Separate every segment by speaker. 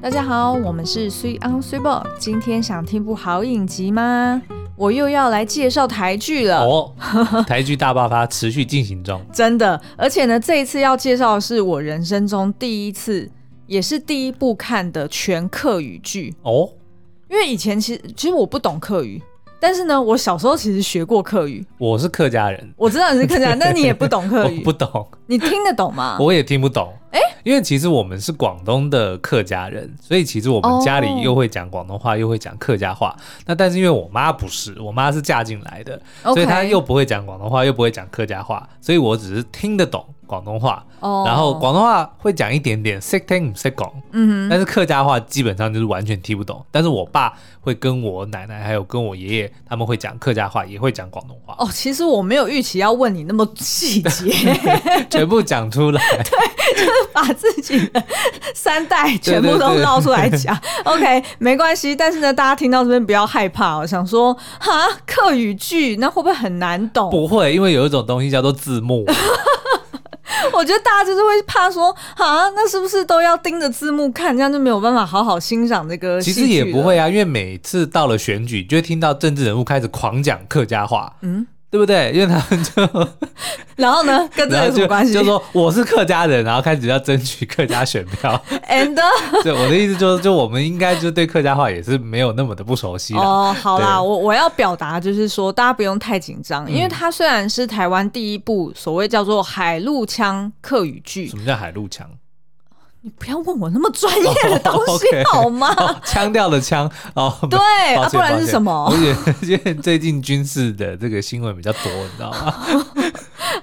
Speaker 1: 大家好，我们是 Three on Three b o 今天想听部好影集吗？我又要来介绍台剧了。
Speaker 2: 哦，台剧大爆发持续进行中。
Speaker 1: 真的，而且呢，这一次要介绍的是我人生中第一次，也是第一部看的全客语剧。
Speaker 2: 哦，
Speaker 1: 因为以前其实其实我不懂客语，但是呢，我小时候其实学过客语，
Speaker 2: 我是客家人，
Speaker 1: 我知道你是客 家，但你也不懂客
Speaker 2: 我
Speaker 1: 语，
Speaker 2: 不懂，
Speaker 1: 你听得懂吗？
Speaker 2: 我也听不懂。哎、因为其实我们是广东的客家人，所以其实我们家
Speaker 1: 哦
Speaker 2: 里又会讲广东话，又会讲客家话。那但是因为我妈不是，我妈是嫁进来的，哦所以她
Speaker 1: OK
Speaker 2: 又不会讲广东话，又不会讲客家话，所以我只是听得懂广东话，
Speaker 1: 哦
Speaker 2: 然后广东话会讲一点点，识听不识讲。
Speaker 1: 嗯哼
Speaker 2: 但是客家话基本上就是完全听不懂。但是我爸会跟我奶奶还有跟我爷爷他们会讲客家话，也会讲广东话，
Speaker 1: 哦，其实我没有预期要问你那么细节，
Speaker 2: 全部讲出 来。
Speaker 1: 把自己的三代全部
Speaker 2: 对
Speaker 1: 都
Speaker 2: 对对
Speaker 1: 捞出来讲。OK，没关系。但是呢，大家听到这边不要害怕哦，想说哈客语剧那会不会很难懂？
Speaker 2: 不会，因为有一种东西叫做字幕，啊
Speaker 1: 我觉得大家就是会怕说哈，那是不是都要盯着字幕看，这样就没有办法好好欣赏这个
Speaker 2: 其
Speaker 1: 戏剧
Speaker 2: 实
Speaker 1: 了？
Speaker 2: 也不会啊，因为每次到了选举，就会听到政治人物开始狂讲客家话，
Speaker 1: 嗯
Speaker 2: 嗯，对不对？因为他们就
Speaker 1: 然后呢，跟 这
Speaker 2: 然
Speaker 1: 有什么
Speaker 2: 后
Speaker 1: 关
Speaker 2: 就
Speaker 1: 系
Speaker 2: 就说我是客家人，然后开始要争取客家选票。
Speaker 1: ？And
Speaker 2: 对，我的意思就是，就我们应该就对客家话也是没有那么的不熟悉的。
Speaker 1: 哦，好啦，
Speaker 2: 对嗯
Speaker 1: 我我要表达就是说，大家不用太紧张，因为它虽然是台湾第一部所谓叫做海陆腔客语剧
Speaker 2: 什，么叫海陆腔？
Speaker 1: 你不要问我那么专业的东
Speaker 2: 哦
Speaker 1: 西
Speaker 2: ，OK
Speaker 1: 好吗？
Speaker 2: 哦，腔调的腔哦，
Speaker 1: 对，
Speaker 2: 抱
Speaker 1: 啊，不
Speaker 2: 歉
Speaker 1: 然是什
Speaker 2: 我
Speaker 1: 么？
Speaker 2: 也因为 最近军事的这个新闻比较多，你知 道吗？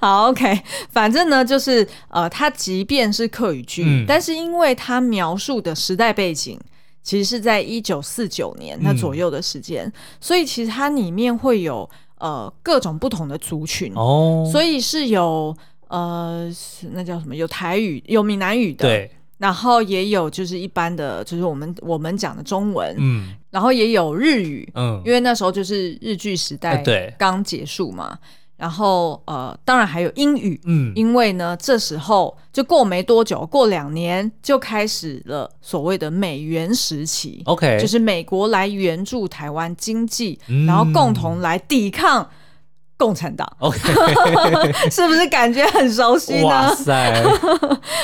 Speaker 1: 好，OK，反正呢，就是呃，它即便是客语剧，
Speaker 2: 嗯
Speaker 1: 但是因为它描述的时代背景。其实是在一九四九年
Speaker 2: 嗯
Speaker 1: 那左右的时间，所以其实它里面会有呃各种不同的族群，
Speaker 2: 哦
Speaker 1: 所以是有呃，是那叫什么？有台语，有闽南语的，，
Speaker 2: 对，
Speaker 1: 然后也有就是一般的，就是我们我们讲的中文，
Speaker 2: 嗯
Speaker 1: 然后也有日语，
Speaker 2: 嗯
Speaker 1: 因，为那时候就是日剧时代
Speaker 2: 呃对
Speaker 1: 刚结束嘛，然后呃，当然还有英语。
Speaker 2: 嗯，
Speaker 1: 因为呢，这时候就过没多久，过两年就开始了所谓的美元时期
Speaker 2: 哦 OK，
Speaker 1: 就是美国来援助台湾经济，
Speaker 2: 嗯
Speaker 1: 然后共同来抵抗共产 党。
Speaker 2: OK，
Speaker 1: 是不是感觉很熟悉
Speaker 2: 哇
Speaker 1: 呢？
Speaker 2: 塞，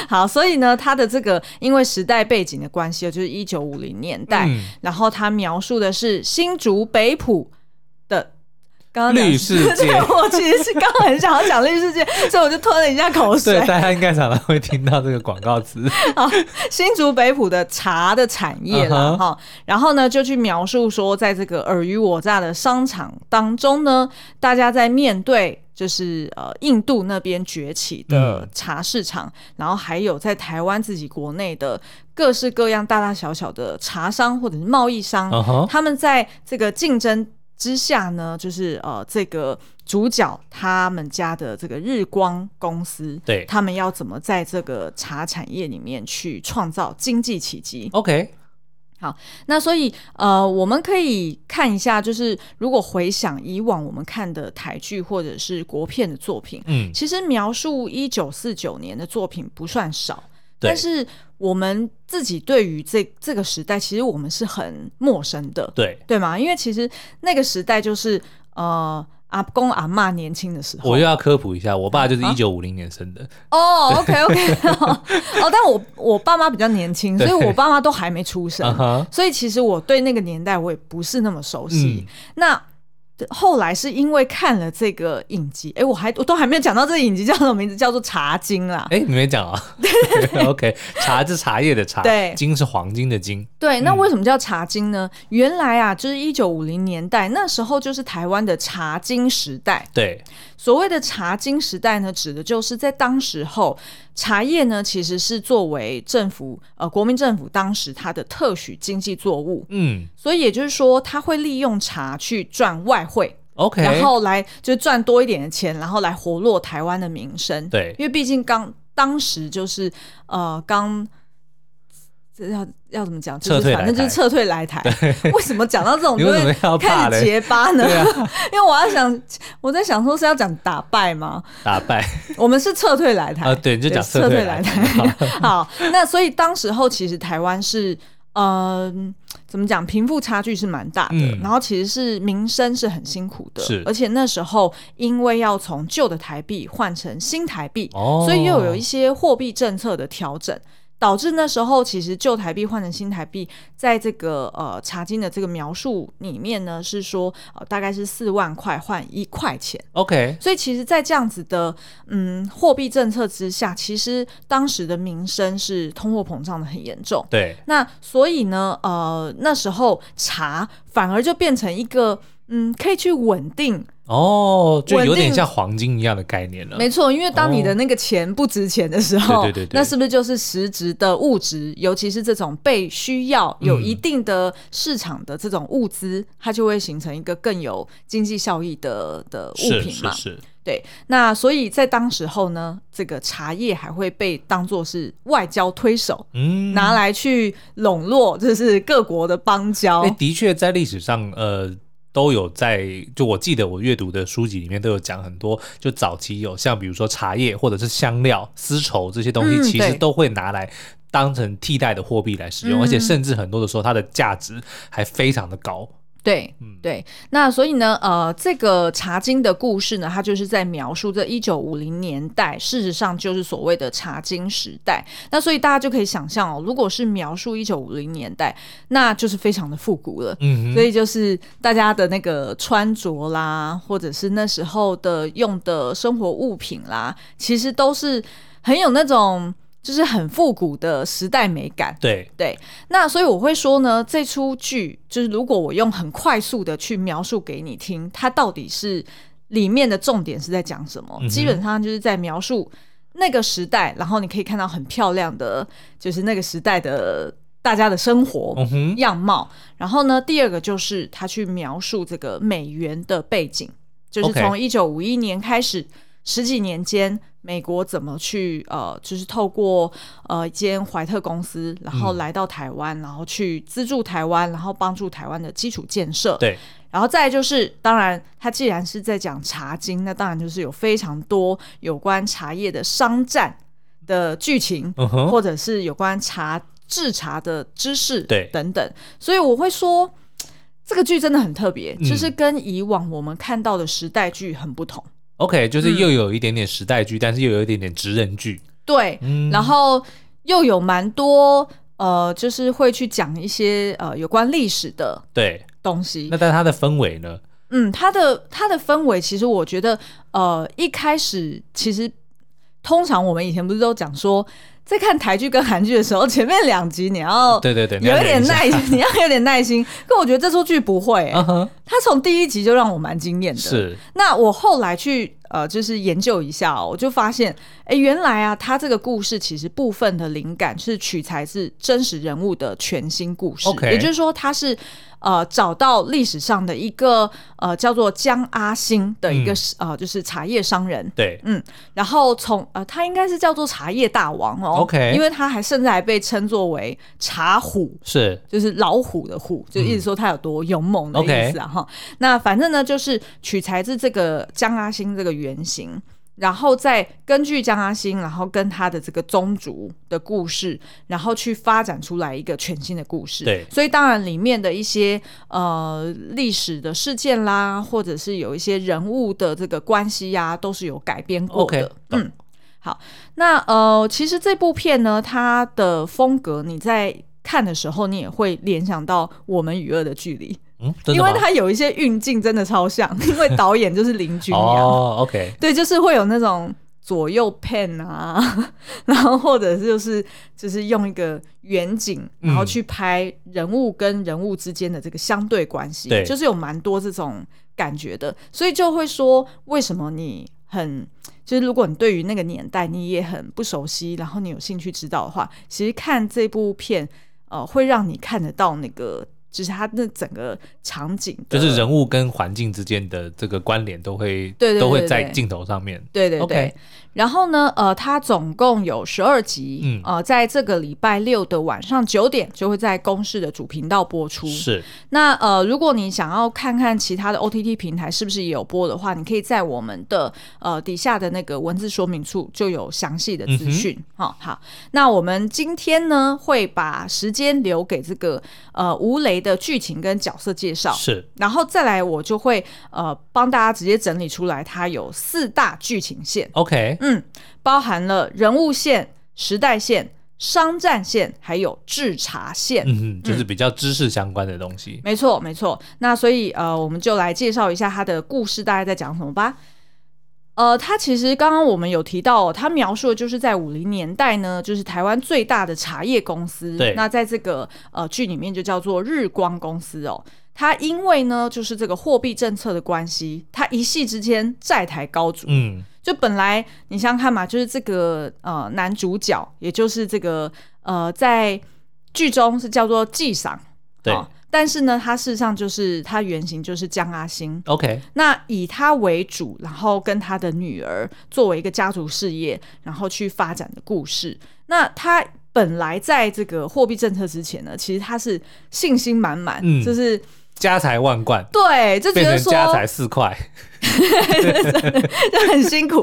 Speaker 1: 好，所以呢，它的这个因为时代背景的关系，就是一九五零年代，
Speaker 2: 嗯
Speaker 1: 然后它描述的是新竹北浦的。刚刚讲
Speaker 2: 绿世 界
Speaker 1: 对我其实是刚刚很想要讲绿世 界，所以我就吞了一下口水
Speaker 2: 对，。大家应该常常会听到这个广 告词，
Speaker 1: 新竹北浦的茶的产业了
Speaker 2: 嗯哼
Speaker 1: 哈、然后呢就去描述说，在这个尔虞我诈的商场当中呢，大家在面对就是呃印度那边崛起的
Speaker 2: 嗯
Speaker 1: 茶市场，然后还有在台湾自己国内的各式各样大大小小的茶商或者是贸易商，
Speaker 2: 嗯哼，
Speaker 1: 他们在这个竞争之下呢，就是呃，这个主角他们家的这个日光公司，
Speaker 2: 对
Speaker 1: 他们要怎么在这个茶产业里面去创造经济奇迹？
Speaker 2: ，OK，
Speaker 1: 那所以呃，我们可以看一下，就是如果回想以往我们看的台剧或者是国片的作品，
Speaker 2: 嗯，
Speaker 1: 其实描述一九四九年的作品不算少，
Speaker 2: 对
Speaker 1: 但是我们自己对于这这个时代，其实我们是很陌生的。
Speaker 2: 对，
Speaker 1: 对吗？因为其实那个时代就是呃阿公阿嬷年轻的时候。
Speaker 2: 我又要科普一下，我爸就是
Speaker 1: 啊
Speaker 2: 一九五零年生的，
Speaker 1: 哦、o k OK，哦， 哦但我我爸妈比较年轻，所
Speaker 2: 对
Speaker 1: 以我爸妈都还没出生
Speaker 2: 嗯，哼，
Speaker 1: 所以其实我对那个年代我也不是那么熟悉
Speaker 2: 嗯。，
Speaker 1: 那后来是因为看了这个影集，哎、我还我都还没有讲到这个影集叫什么名字，叫做《茶经》啦。
Speaker 2: 哎，你没讲啊，OK，茶是茶叶的茶，
Speaker 1: 对
Speaker 2: 金是黄金的金，
Speaker 1: 对，那为什么叫茶经呢？原来啊，就是一九五零年代那时候就是台湾的茶经时代。
Speaker 2: 对，
Speaker 1: 所谓的茶经时代呢，指的就是在当时候，茶叶呢其实是作为政府呃国民政府当时它的特许经济作物，
Speaker 2: 嗯
Speaker 1: 所以也就是说，它会利用茶去赚外汇。
Speaker 2: ，OK，
Speaker 1: 然后来就是赚多一点的钱，然后来活络台湾的民生。
Speaker 2: 对
Speaker 1: 因为毕竟刚当时就是呃刚。这要要怎么讲？就
Speaker 2: 撤退
Speaker 1: 是
Speaker 2: 来
Speaker 1: 反正就是
Speaker 2: 台
Speaker 1: 撤退来台。为什么讲到这种
Speaker 2: 你
Speaker 1: 就
Speaker 2: 为什么
Speaker 1: 会
Speaker 2: 要
Speaker 1: 开
Speaker 2: 怕
Speaker 1: 始
Speaker 2: 嘞
Speaker 1: 结巴呢？
Speaker 2: 对啊
Speaker 1: 因为我要想，我在想说是要讲打败吗？
Speaker 2: 打 败。
Speaker 1: 我们是撤退
Speaker 2: 哦
Speaker 1: 来台
Speaker 2: 啊，对，你就讲
Speaker 1: 撤
Speaker 2: 撤
Speaker 1: 退
Speaker 2: 退
Speaker 1: 来
Speaker 2: 来
Speaker 1: 台。好，那所以当时候其实台湾是呃，怎么讲，贫富差距是蛮大的，
Speaker 2: 嗯
Speaker 1: 然后其实是民生是很辛苦的，
Speaker 2: 是
Speaker 1: 而且那时候因为要从旧的台币换成新台币，
Speaker 2: 哦
Speaker 1: 所以又有一些货币政策的调整。导致那时候其实旧台币换成新台币，在这个呃查经的这个描述里面呢，是说呃大概是四万块换一块钱，
Speaker 2: OK，
Speaker 1: 所以其实，在这样子的嗯货币政策之下，其实当时的民生是通货膨胀的很严重。
Speaker 2: 对，
Speaker 1: 那所以呢，呃，那时候茶反而就变成一个嗯可以去稳定，
Speaker 2: 哦，就有
Speaker 1: 稳
Speaker 2: 点
Speaker 1: 定
Speaker 2: 像黄金一样的概念了。
Speaker 1: 没错，因为当你的那个钱不值钱的时候，
Speaker 2: 嗯哦对对对对
Speaker 1: 那是不是就是实质的物质？尤其是这种被需要、有
Speaker 2: 嗯
Speaker 1: 一定的市场的这种物资，它就会形成一个更有经济效益的的物
Speaker 2: 是
Speaker 1: 品
Speaker 2: 是
Speaker 1: 嘛。
Speaker 2: 是，
Speaker 1: 对，那所以在当时候呢，这个茶叶还会被当作是外交推手，
Speaker 2: 嗯，
Speaker 1: 拿来去笼络，就是各国的邦交。
Speaker 2: 哎、的确在历史上，呃，都有在，就我记得我阅读的书籍里面都有讲很多，就早期有像比如说茶叶或者是香料、丝绸这些东西，
Speaker 1: 嗯
Speaker 2: 其实
Speaker 1: 对
Speaker 2: 都会拿来。当成替代的货币来使用，
Speaker 1: 嗯
Speaker 2: 而且甚至很多的时候，它的价值还非常的高。
Speaker 1: 对
Speaker 2: 嗯，
Speaker 1: 对，那所以呢，呃，这个茶经的故事呢，它就是在描述这一九五零年代，事实上就是所谓的茶经时代。那所以大家就可以想象哦，如果是描述一九五零年代，那就是非常的复古了。
Speaker 2: 嗯
Speaker 1: 所
Speaker 2: 哼，
Speaker 1: 以就是大家的那个穿着啦，或者是那时候的用的生活物品啦，其实都是很有那种就是很复古的时代美感。
Speaker 2: 对，
Speaker 1: 对，那所以我会说呢，这出剧就是如果我用很快速的去描述给你听，它到底是里面的重点是在讲什么？
Speaker 2: 嗯哼
Speaker 1: 基本上就是在描述那个时代，然后你可以看到很漂亮的，就是那个时代的大家的生活。
Speaker 2: 嗯哼，
Speaker 1: 样貌。然后呢，第二个就是他去描述这个美元的背景，就是
Speaker 2: OK
Speaker 1: 从一九五一年开始十几年间，美国怎么去呃，就是透过呃一间怀特公司，然后
Speaker 2: 嗯
Speaker 1: 来到台湾，然后去资助台湾，然后帮助台湾的基础建设。
Speaker 2: 对，
Speaker 1: 然后再来就是，当然，它既然是在讲茶经，那当然就是有非常多有关茶叶的商战的剧情，
Speaker 2: 嗯哼，
Speaker 1: 或者是有关茶制茶的知识，
Speaker 2: 对
Speaker 1: 等等。所以我会说，这个剧真的很特别，
Speaker 2: 嗯
Speaker 1: 就是跟以往我们看到的时代剧很不同。
Speaker 2: ，OK，就是
Speaker 1: 嗯
Speaker 2: 又有一点点时代剧，但是又有一点点职人剧。
Speaker 1: 对，
Speaker 2: 嗯，
Speaker 1: 然后又有蛮多呃，就是会去讲一些呃有关历史的
Speaker 2: 对，
Speaker 1: 东西
Speaker 2: 那。但它的氛围呢？
Speaker 1: 嗯，它的它的氛围，其实我觉得，呃，一开始其实通常我们以前不是都讲说，在看台剧跟韩剧的时候，前面两集你要
Speaker 2: 对对对，你要
Speaker 1: 有一点
Speaker 2: 忍下
Speaker 1: 耐，心，你 要有点耐心。可我觉得这出剧不会、欸
Speaker 2: 嗯，哼，
Speaker 1: 他从第一集就让我蛮惊艳的。，
Speaker 2: 是，
Speaker 1: 那我后来去呃，就是研究一下、哦，我就发现，哎、原来啊，他这个故事其实部分的灵感是取材自真实人物的全新故事
Speaker 2: OK
Speaker 1: 也就是说，他是呃找到历史上的一个呃叫做江阿兴的一个、
Speaker 2: 嗯
Speaker 1: 呃就是茶叶商人，嗯
Speaker 2: 对，
Speaker 1: 然后从呃，他应该是叫做茶叶大王哦
Speaker 2: OK
Speaker 1: 因为他还甚至还被称作为茶虎，
Speaker 2: 是，
Speaker 1: 就是老虎的虎，就一直说他有多勇猛的意思啊哈、那反正呢，就是取材自这个江阿星这个原型，然后再根据江阿星，然后跟他的这个宗族的故事，然后去发展出来一个全新的故事。
Speaker 2: 对
Speaker 1: 所以当然里面的一些呃历史的事件啦，或者是有一些人物的这个关系呀、都是有改编过的。
Speaker 2: OK，懂
Speaker 1: 嗯。好，那呃，其实这部片呢，它的风格你在看的时候，你也会联想到《我们与恶的距离
Speaker 2: 嗯，》，真
Speaker 1: 因
Speaker 2: 的
Speaker 1: 为
Speaker 2: 吗？
Speaker 1: 它有一些运镜真的超像，因为导演就是林君阳，
Speaker 2: 哦，OK，
Speaker 1: 对，就是会有那种左右 pan 啊， 然后或者是就是就是用一个远景，
Speaker 2: 嗯
Speaker 1: 然后去拍人物跟人物之间的这个相对关系，
Speaker 2: 对
Speaker 1: 就是有蛮多这种感觉的，所以就会说为什么你很。就是如果你对于那个年代你也很不熟悉，然后你有兴趣知道的话，其实看这部片，呃，会让你看得到那个就是他那整个场景，
Speaker 2: 就是人物跟环境之间的这个关联都会，
Speaker 1: 对对对
Speaker 2: 都会在
Speaker 1: 对
Speaker 2: 镜头上面。
Speaker 1: 对对
Speaker 2: OK
Speaker 1: 对。然后呢，呃，它总共有十二集，
Speaker 2: 嗯
Speaker 1: 呃，在这个礼拜六的晚上九点就会在公视的主频道播出。
Speaker 2: 是，
Speaker 1: 那呃，如果你想要看看其他的 OTT 平台是不是也有播的话，你可以在我们的呃底下的那个文字说明处就有详细的资讯。
Speaker 2: 嗯
Speaker 1: 好、好，那我们今天呢会把时间留给这个呃吴雷的剧情跟角色介绍。
Speaker 2: 是，
Speaker 1: 然后再来，我就会呃帮大家直接整理出来，它有四大剧情线，
Speaker 2: OK，
Speaker 1: 嗯，包含了人物线、时代线、商战线，还有制茶线。
Speaker 2: 嗯哼，就是比较知识相关的东西。
Speaker 1: 没错，没错。那所以呃，我们就来介绍一下他的故事大概在讲什么吧。呃，他其实刚刚我们有提到、哦，他描述的就是在五零年代呢，就是台湾最大的茶叶公司。
Speaker 2: 对
Speaker 1: 那在这个呃剧里面就叫做日光公司哦。它因为呢，就是这个货币政策的关系，它一夕之间债台高筑。
Speaker 2: 嗯，
Speaker 1: 就本来你想想看嘛，就是这个呃男主角，也就是这个呃在剧中是叫做纪赏，
Speaker 2: 对
Speaker 1: 哦但是呢，他事实上就是他原型就是江阿星，
Speaker 2: OK，
Speaker 1: 那以他为主，然后跟他的女儿作为一个家族事业，然后去发展的故事。那他本来在这个货币政策之前呢，其实他是信心满满，
Speaker 2: 嗯
Speaker 1: 就是
Speaker 2: 家财万贯。
Speaker 1: 对，就觉
Speaker 2: 变
Speaker 1: 得
Speaker 2: 成
Speaker 1: 说
Speaker 2: 家财四块，
Speaker 1: 就很辛 苦，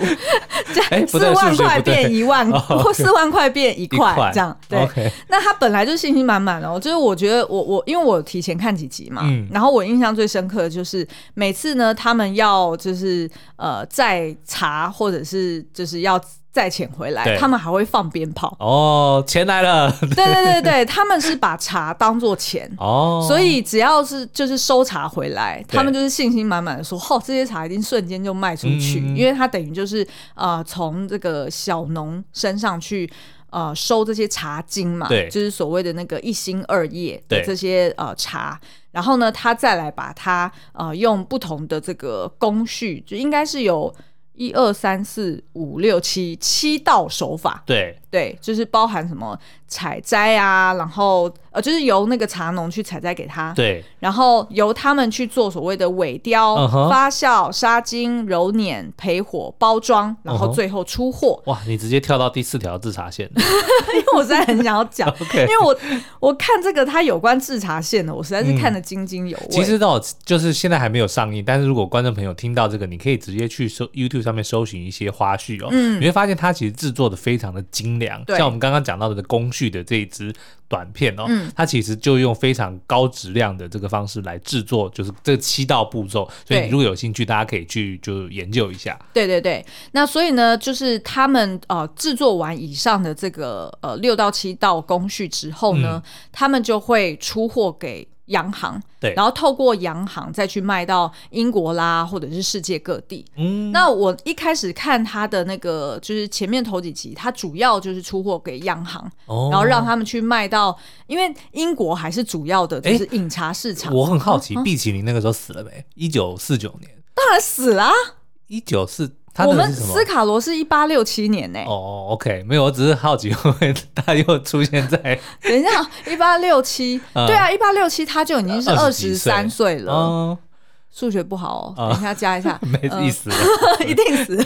Speaker 1: 这
Speaker 2: 哎不
Speaker 1: 四
Speaker 2: 对
Speaker 1: 万
Speaker 2: 是不是
Speaker 1: 块
Speaker 2: 不对
Speaker 1: 变一万，
Speaker 2: 哦
Speaker 1: 或四万块变一
Speaker 2: 一
Speaker 1: 块
Speaker 2: 块哦
Speaker 1: 这样。对，
Speaker 2: OK，
Speaker 1: 那他本来就信心满满哦，就是我觉得我我因为我提前看几集嘛，
Speaker 2: 嗯
Speaker 1: 然后我印象最深刻的就是每次呢，他们要就是呃再查或者是就是要再潜回来，
Speaker 2: 对。
Speaker 1: 他们还会放鞭炮
Speaker 2: 哦，钱来了，
Speaker 1: 对对对对，他们是把茶当做钱。
Speaker 2: 哦，
Speaker 1: 所以只要是就是收茶回来，
Speaker 2: 对
Speaker 1: 他们就是信心满满的说：“哦，这些茶一定瞬间就卖出去，
Speaker 2: 嗯
Speaker 1: 因为他等于就是呃从这个小农身上去。”呃，收这些茶金嘛，
Speaker 2: 对
Speaker 1: 就是所谓的那个一心二叶的
Speaker 2: 对
Speaker 1: 这些呃茶，然后呢，他再来把它呃用不同的这个工序，就应该是有一二三四五六七七道手法，
Speaker 2: 对，
Speaker 1: 对，就是包含什么采摘啊，然后呃，就是由那个茶农去采摘给他，
Speaker 2: 对，
Speaker 1: 然后由他们去做所谓的尾雕、
Speaker 2: 嗯哼
Speaker 1: 发酵、杀精、揉捻、焙火、包装，然后
Speaker 2: 嗯哼
Speaker 1: 最后出货。
Speaker 2: 哇，你直接跳到第四条制茶线了，
Speaker 1: 因为我实在很想要讲
Speaker 2: ，OK，
Speaker 1: 因为我我看这个它有关制茶线的，我实在是看得津津有味。
Speaker 2: 嗯其实到就是现在还没有上映，但是如果观众朋友听到这个，你可以直接去搜 YouTube 上面搜寻一些花絮哦，
Speaker 1: 嗯
Speaker 2: 你会发现它其实制作的非常的精良，
Speaker 1: 对
Speaker 2: 像我们刚刚讲到的工序的这一支短片哦，
Speaker 1: 嗯
Speaker 2: 它其实就用非常高质量的这个方式来制作，就是这七道步骤，所以
Speaker 1: 对
Speaker 2: 你如果有兴趣，大家可以去就研究一下，
Speaker 1: 对对对，那所以呢，就是他们呃制作完以上的这个呃六到七道工序之后呢，他们就会出货给洋行，
Speaker 2: 嗯对
Speaker 1: 然后透过洋行再去卖到英国啦，或者是世界各地。
Speaker 2: 嗯，
Speaker 1: 那我一开始看他的那个，就是前面头几集，他主要就是出货给央行，
Speaker 2: 哦
Speaker 1: 然后让他们去卖到，因为英国还是主要的就是饮茶市场。
Speaker 2: 哦我很好
Speaker 1: 嗯
Speaker 2: 奇，毕淇淋那个时候死了没？一九四九年，
Speaker 1: 当然死啦、
Speaker 2: 一九四，他
Speaker 1: 我
Speaker 2: 那个
Speaker 1: 们
Speaker 2: 是什么？
Speaker 1: 斯卡罗是一八六七年呢、
Speaker 2: 哦，OK，没有，我只是好奇会不会他又出现 在
Speaker 1: 等一下，一八六七，
Speaker 2: 嗯
Speaker 1: 对啊，一八六七他就已经是二
Speaker 2: 20
Speaker 1: 十
Speaker 2: 几
Speaker 1: 三岁了。
Speaker 2: 哦，
Speaker 1: 数学不好哦，
Speaker 2: 嗯
Speaker 1: 等一下加
Speaker 2: ，
Speaker 1: 一下
Speaker 2: 没
Speaker 1: 呃
Speaker 2: 意思了。
Speaker 1: 一定死。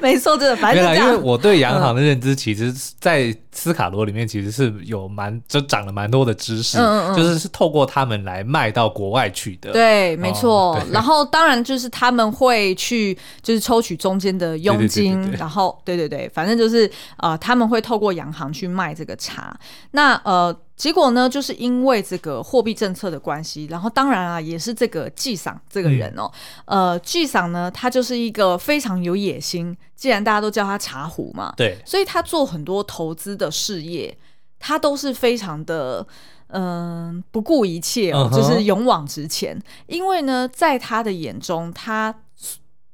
Speaker 1: 没错，真的，反
Speaker 2: 没
Speaker 1: 正
Speaker 2: 有
Speaker 1: 就这
Speaker 2: 啦，因为
Speaker 1: 样。
Speaker 2: 我对洋行的认知，其实，在斯卡罗里面其实是有蛮就长了蛮多的知识，
Speaker 1: 嗯嗯嗯
Speaker 2: 就是是透过他们来卖到国外去的。，
Speaker 1: 对，没错。
Speaker 2: 哦对
Speaker 1: 然后当然就是他们会去，就是抽取中间的佣金，
Speaker 2: 对对对对对
Speaker 1: 然后对对对，反正就是呃，他们会透过洋行去卖这个茶。那呃，结果呢，就是因为这个货币政策的关系，然后当然啊，也是这个季赏这个人哦，
Speaker 2: 嗯
Speaker 1: 呃，季赏呢，他就是一个非常有野心，既然大家都叫他茶壶嘛，
Speaker 2: 对，
Speaker 1: 所以他做很多投资的事业，他都是非常的。嗯，不顾一切哦
Speaker 2: 嗯哼
Speaker 1: 就是勇往直前。因为呢，在他的眼中，他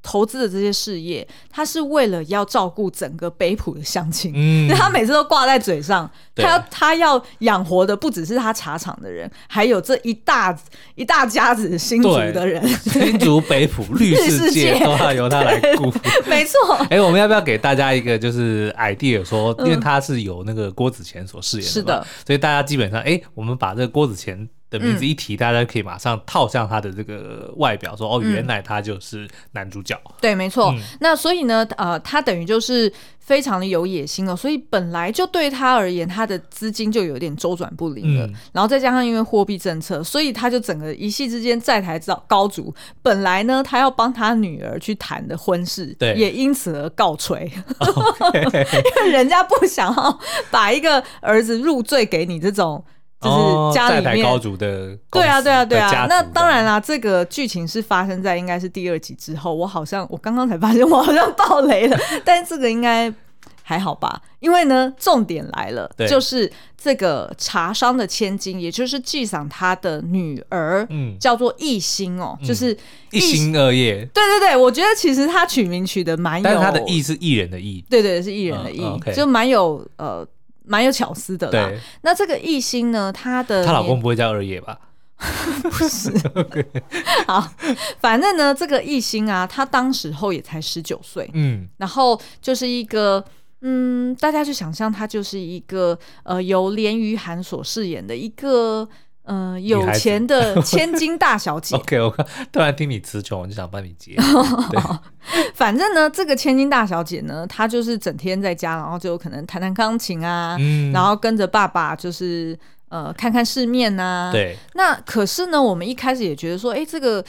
Speaker 1: 投资的这些事业，他是为了要照顾整个北浦的乡亲。
Speaker 2: 嗯
Speaker 1: 那，他每次都挂在嘴上，
Speaker 2: 对
Speaker 1: 他要他要养活的不只是他茶厂的人，还有这一大一大家子新竹
Speaker 2: 对
Speaker 1: 的 人。
Speaker 2: 新竹北浦绿
Speaker 1: 绿世
Speaker 2: 世界
Speaker 1: 界
Speaker 2: 都要由他来 顾。
Speaker 1: 没错，
Speaker 2: 哎、我们要不要给大家一个就是 idea 说，因为他是由那个郭子乾所饰演的嘛，
Speaker 1: 嗯是的嗯
Speaker 2: 所以大家基本上哎、我们把这个郭子乾的名字一提，大家可以马上套上他的这个外表，说哦，
Speaker 1: 嗯
Speaker 2: 原来他就是男主角。
Speaker 1: 对，没
Speaker 2: 嗯
Speaker 1: 错。那所以呢，呃，他等于就是非常的有野心哦，所以本来就对他而言，他的资金就有点周转不灵了。
Speaker 2: 嗯
Speaker 1: 然后再加上因为货币政策，所以他就整个一夕之间债台高高筑。本来呢，他要帮他女儿去谈的婚事，
Speaker 2: 对
Speaker 1: 也因此而告吹， 因为人家不想要把一个儿子入罪给你这种。就是家里
Speaker 2: 在哦台
Speaker 1: 面
Speaker 2: 高族的公
Speaker 1: 对
Speaker 2: 司
Speaker 1: 啊，对啊，对
Speaker 2: 的家
Speaker 1: 啊。
Speaker 2: 族
Speaker 1: 那
Speaker 2: 这样
Speaker 1: 当然啦，这个剧情是发生在应该是第二集之后。我好像我刚刚才发现我好像爆雷 了，但是这个应该还好吧？因为呢，重点来了
Speaker 2: 对，
Speaker 1: 就是这个茶商的千金，也就是纪赏他的女儿，
Speaker 2: 嗯
Speaker 1: 叫做艺心哦，就是
Speaker 2: 一心二业，
Speaker 1: 对对对，我觉得其实他取名取的蛮有，
Speaker 2: 但是他的艺是艺人的艺，
Speaker 1: 对对是艺人的
Speaker 2: 嗯
Speaker 1: 艺，
Speaker 2: ，OK
Speaker 1: 就蛮有呃蛮有巧思的啦
Speaker 2: 对。，
Speaker 1: 那这个艺心呢，她的
Speaker 2: 她老
Speaker 1: 年
Speaker 2: 公不会叫二爷吧？
Speaker 1: 反正呢，这个艺兴啊，他当时候也才十九岁，
Speaker 2: 嗯，
Speaker 1: 然后就是一个。嗯，大家去想象，他就是一个呃，由连俞涵所饰演的一个呃有
Speaker 2: 女孩子
Speaker 1: 钱的千金大小姐。
Speaker 2: OK，我看突然听你词穷，我就想帮你 接。
Speaker 1: 反正呢，这个千金大小姐呢，她就是整天在家，然后就可能弹弹钢琴啊，
Speaker 2: 嗯，
Speaker 1: 然后跟着爸爸就是呃看看世面呐、啊。
Speaker 2: 对，
Speaker 1: 那可是呢，我们一开始也觉得说，哎、这个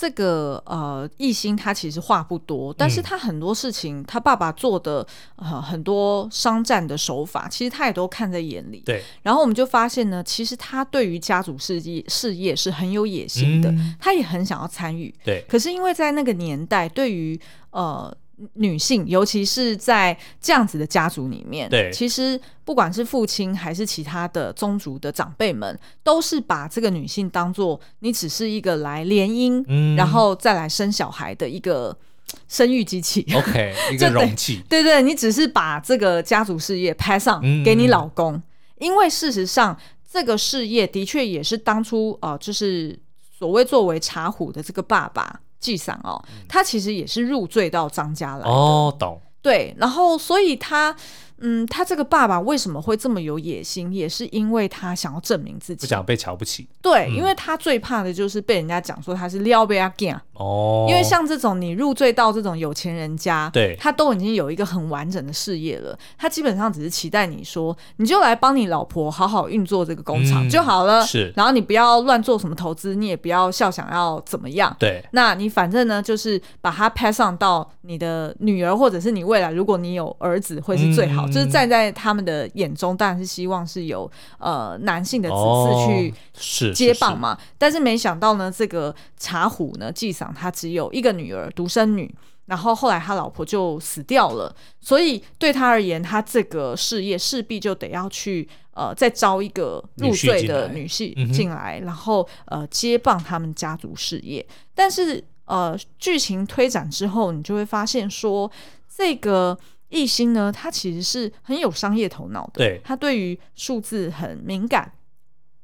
Speaker 1: 这个呃，艺兴他其实话不多，但
Speaker 2: 嗯
Speaker 1: 是他很多事情，他爸爸做的呃很多商战的手法，其实他也都看在眼里。
Speaker 2: 对，
Speaker 1: 然后我们就发现呢，其实他对于家族事业事业是很有野心的，
Speaker 2: 嗯
Speaker 1: 他也很想要参与。
Speaker 2: 对，
Speaker 1: 可是因为在那个年代，对于呃女性，尤其是在这样子的家族里面，
Speaker 2: 对
Speaker 1: 其实不管是父亲还是其他的宗族的长辈们，都是把这个女性当做你只是一个来联姻，
Speaker 2: 嗯
Speaker 1: 然后再来生小孩的一个生育机器。
Speaker 2: OK，一个
Speaker 1: 就等
Speaker 2: 容器，
Speaker 1: 对对，你只是把这个家族事业拍上
Speaker 2: 嗯
Speaker 1: 给你老公，因为事实上这个事业的确也是当初呃，就是所谓作为茶壶的这个爸爸纪赏哦，他其实也是入赘到张家来。
Speaker 2: 嗯哦，懂，
Speaker 1: 对，然后所以他嗯，他这个爸爸为什么会这么有野心，也是因为他想要证明自
Speaker 2: 不
Speaker 1: 己。
Speaker 2: 想被嗯瞧不起
Speaker 1: 对，因为他最怕的就是被人家讲说他是撩被阿 g
Speaker 2: 哦，
Speaker 1: 因为像这种你入赘到这种有钱人家，
Speaker 2: 对
Speaker 1: 他都已经有一个很完整的事业了，他基本上只是期待你说，你就来帮你老婆好好运作这个工厂、
Speaker 2: 嗯
Speaker 1: 就好了，
Speaker 2: 是
Speaker 1: 然后你不要乱做什么投资，你也不要笑想要怎么样。
Speaker 2: 对，
Speaker 1: 那你反正呢，就是把它 pass on 到你的女儿，或者是你未来，如果你有儿子，会是最好。
Speaker 2: 嗯
Speaker 1: 就是站在他们的眼中，当然是希望是有呃男性的子嗣去
Speaker 2: 哦是
Speaker 1: 接棒，嘛。但是没想到呢，这个茶壶呢，纪赏他只有一个女儿，独生女。然后后来他老婆就死掉了，所以对他而言，他这个事业势必就得要去呃再招一个入赘的
Speaker 2: 女
Speaker 1: 女婿
Speaker 2: 嗯哼
Speaker 1: 进来，然后呃接棒他们家族事业。但是呃剧情推展之后，你就会发现说这个。艺兴呢，他其实是很有商业头脑的，
Speaker 2: 对
Speaker 1: 他对于数字很敏感，